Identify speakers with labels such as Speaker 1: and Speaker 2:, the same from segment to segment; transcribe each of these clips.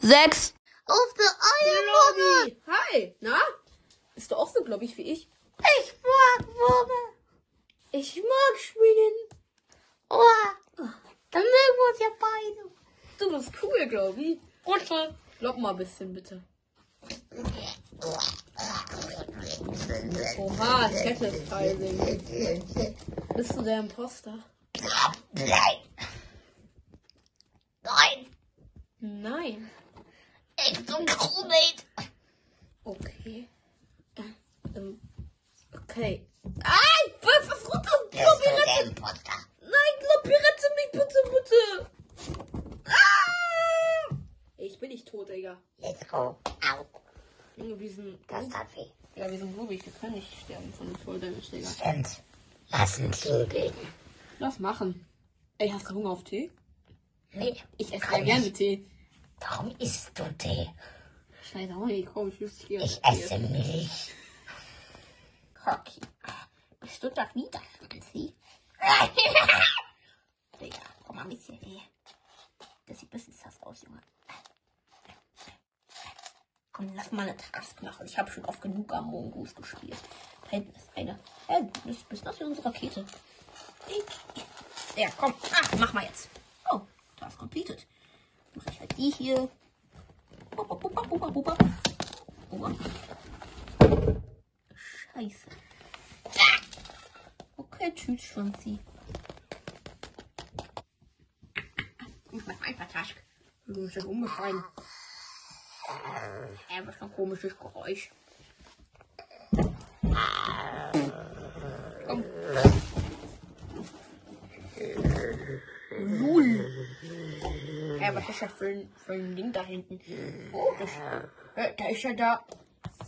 Speaker 1: sechs.
Speaker 2: Auf der Eierbogen.
Speaker 3: Hi, na? Ist doch auch so gläubig wie ich.
Speaker 2: Ich mag Bogen.
Speaker 3: Ich mag schwingen.
Speaker 2: Oh. Dann mögen wir uns ja beide.
Speaker 3: Du bist cool, Globi.
Speaker 2: Und so.
Speaker 3: Lob mal ein bisschen, bitte. Oha, Satisfying. Bist du der Imposter?
Speaker 2: Nein. Nein.
Speaker 3: Nein.
Speaker 2: Ich bin Crewmate.
Speaker 3: Okay. Ähm, okay. Ah, was, was runter? Globi, rette
Speaker 2: der Imposter.
Speaker 3: Nein, Gloppi, rette mich bitte, bitte. Ah! Ich bin nicht tot, Digga.
Speaker 2: Let's go. Au.
Speaker 3: Junge, wir sind.
Speaker 2: Das tat weh.
Speaker 3: Ja, wir sind globig, wir können nicht sterben von dem Volldamage, Digga.
Speaker 2: Stimmt. Lass uns liegen.
Speaker 3: Lass machen. Ey, hast du Hunger auf Tee?
Speaker 2: Nee.
Speaker 3: Ich esse
Speaker 2: Kann
Speaker 3: ja gerne Tee.
Speaker 2: Darum isst du Tee.
Speaker 3: Scheiße, Honey, komm, ich muss hier.
Speaker 2: Ich esse Milch.
Speaker 3: Cocky. Bist du doch wieder, Nancy?
Speaker 2: Digga, komm mal ein bisschen her. Das sieht ein bisschen sass aus, Junge.
Speaker 3: Komm, lass mal eine Task machen. Ich habe schon oft genug am Mongoose gespielt. Da hinten ist eine. Hey, du bist, bist das wie unsere Rakete. Ich. Ja, komm. Ah, mach mal jetzt. Oh, Task completed. Mach ich halt die hier. Bop, bop, bop, bop, bop, bop. Oh. Scheiße. Ah. Okay, tschüss, Schwanzi. Ich mach einfach Task. Du bist ja umgefallen. Einfach ein komisches Geräusch. Komm. Lul. Hä, was ist das für ein, für ein Ding da hinten? Oh, das, äh, da ist ja da.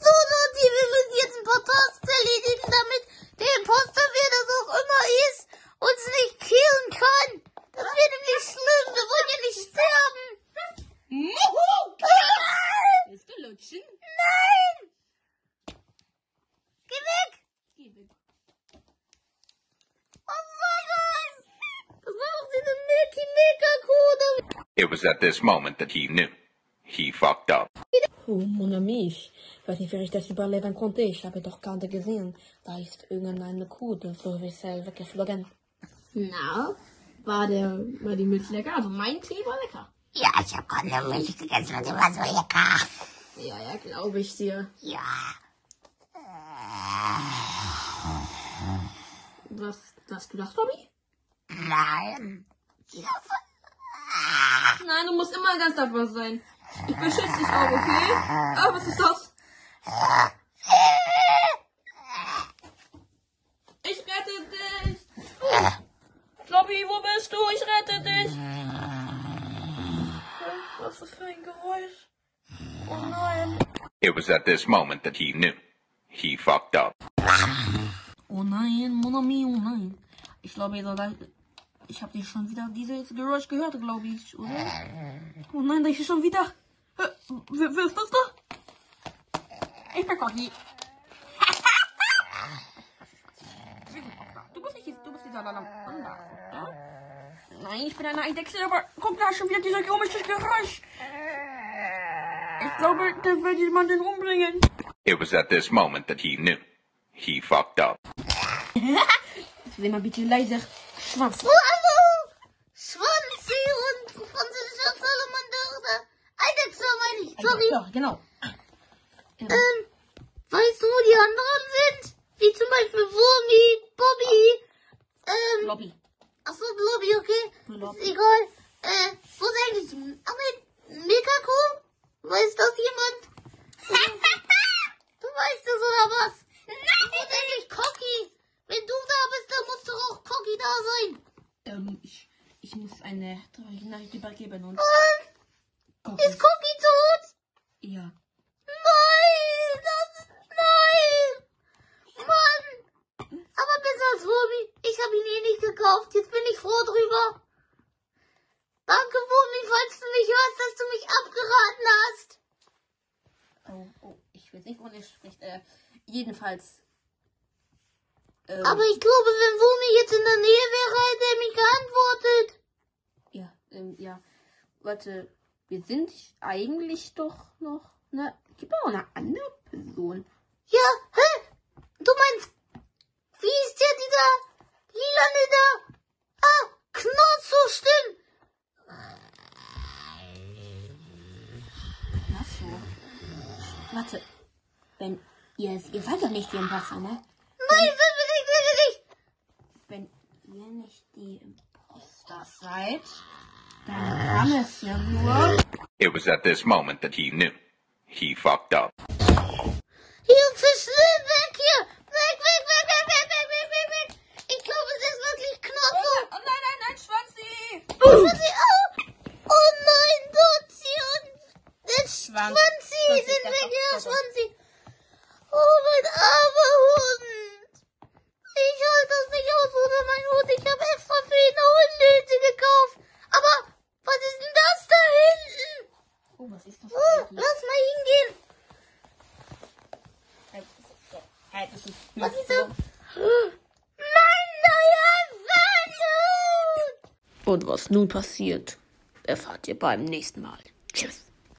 Speaker 2: So, Nati, wir müssen jetzt ein paar Tasks erledigen, damit der Imposter, wer das auch immer ist, uns nicht killen kann. Das wäre nämlich schlimm. Wir wollen ja nicht sterben.
Speaker 3: Muhu!
Speaker 2: Ah,
Speaker 3: Willst du lutschen?
Speaker 2: Nein! Geh weg!
Speaker 3: Geh weg.
Speaker 2: Was war das? Oh Das war doch diese Milky Maker Code.
Speaker 4: It was at this moment that he knew. He fucked up.
Speaker 3: Oh, mon ami, ich weiß nicht, wer ich das überleben konnte. Ich habe doch gerade gesehen, da ist irgendeine Kuh, der so ist er weggeflogen. Na, war, der, war die Milch lecker? Also mein Tee war lecker.
Speaker 2: Ja, ich hab gerade eine Milch gegessen und die war so lecker.
Speaker 3: Ja, ja, glaube ich dir.
Speaker 2: Ja.
Speaker 3: Was hast du gedacht, Robby?
Speaker 2: Nein. Ja,
Speaker 3: Nein, du musst immer ganz davor sein. Ich beschütze dich auch, okay? Ah, was ist das? Ich rette dich! Robby, wo bist du? Ich rette dich! Was ist das für ein Geräusch? Oh nein!
Speaker 4: It was at this moment that he knew. He fucked up.
Speaker 3: Oh nein, Mon ami, oh nein. Ich glaube sogar, ich habe dich schon wieder dieses Geräusch gehört, glaube ich, oder? Oh nein, da ist schon wieder. Äh, wer, wer ist das da? Ich bin Cocky. du bist nicht, du bist dieser Salamander, oder? Nein, ich bin eine Eidechse, aber guck da ist schon wieder dieser komische Geräusch. Ich glaube, da will jemanden umbringen.
Speaker 4: It was at this moment that he knew. He fucked up.
Speaker 3: Sei mal bitte leiser. Schwanz.
Speaker 2: ah, Hallo! Schwanzi und französischer Salamandere. Eidechse meine ich, sorry.
Speaker 3: Ja, genau.
Speaker 2: Ähm, weißt du, wo die anderen sind? Wie zum Beispiel Wurmi, Bobby, ähm,
Speaker 3: Lobby.
Speaker 2: achso, Blobby, okay.
Speaker 3: Blobby.
Speaker 2: Ist egal. Äh, wo ist eigentlich Ahmed Mekako? Weiß das jemand? du weißt es oder was? Nein! Wo ist eigentlich Cocky? Wenn du da bist, dann muss doch auch Cocky da sein.
Speaker 3: Ähm, ich, ich muss eine traurige Nachricht übergeben und.
Speaker 2: Und
Speaker 3: Gott,
Speaker 2: Ah, ist Cocky tot?
Speaker 3: ja.
Speaker 2: Nein, das nein. Mann. Aber besser als Wurmi. Ich habe ihn eh nicht gekauft. Jetzt bin ich froh drüber. Danke, Wurmi, falls du mich hörst, dass du mich abgeraten hast.
Speaker 3: Oh, oh, ich will nicht ohne spricht. Äh, jedenfalls. Ähm,
Speaker 2: Aber ich glaube, wenn Wurmi jetzt in der Nähe wäre, hätte er mich geantwortet.
Speaker 3: Ja, ähm, ja. Warte, Wir sind eigentlich doch noch eine. Gibt es auch eine andere Person?
Speaker 2: Ja, hä? Du meinst, wie ist der dieser lilane da? Ah, Knurz so still.
Speaker 3: Ach so. Warte. Wenn. Ihr, ihr seid doch nicht hier im Wasser, ne?
Speaker 2: Nein, will wir nicht, will wir nicht.
Speaker 3: Wenn ihr nicht die Imposter seid, dann kann es ja nur.
Speaker 4: It was at this moment that he knew. He fucked up.
Speaker 2: Hier, verschwind weg hier. Weg, weg, weg, weg, weg, weg, weg, weg, weg. Ich glaube, es ist wirklich Knorzo.
Speaker 3: Oh nein, nein, nein, Schwanzi!
Speaker 2: Schwanzi, oh. Oh nein, Dotzi und der
Speaker 3: Schwanz.
Speaker 2: Schwanzi
Speaker 3: Schwanzi
Speaker 2: sind
Speaker 3: ist
Speaker 2: weg,
Speaker 3: der
Speaker 2: ja,
Speaker 3: Kopf, aber-
Speaker 2: Schwanzi. Oh, mein armer Hund. Ich halte das nicht aus ohne meinen Hund. Ich habe extra für ihn eine Hundehütte gekauft. Aber was ist denn das da hinten?
Speaker 3: Oh, was ist das?
Speaker 2: Oh,
Speaker 3: für ein
Speaker 2: lass mal hingehen.
Speaker 3: Halt, so. Halt, das ist.
Speaker 2: Was ist
Speaker 3: so.
Speaker 2: das? Mein neuer Wandhut!
Speaker 1: Und was nun passiert, erfahrt ihr beim nächsten Mal. Tschüss.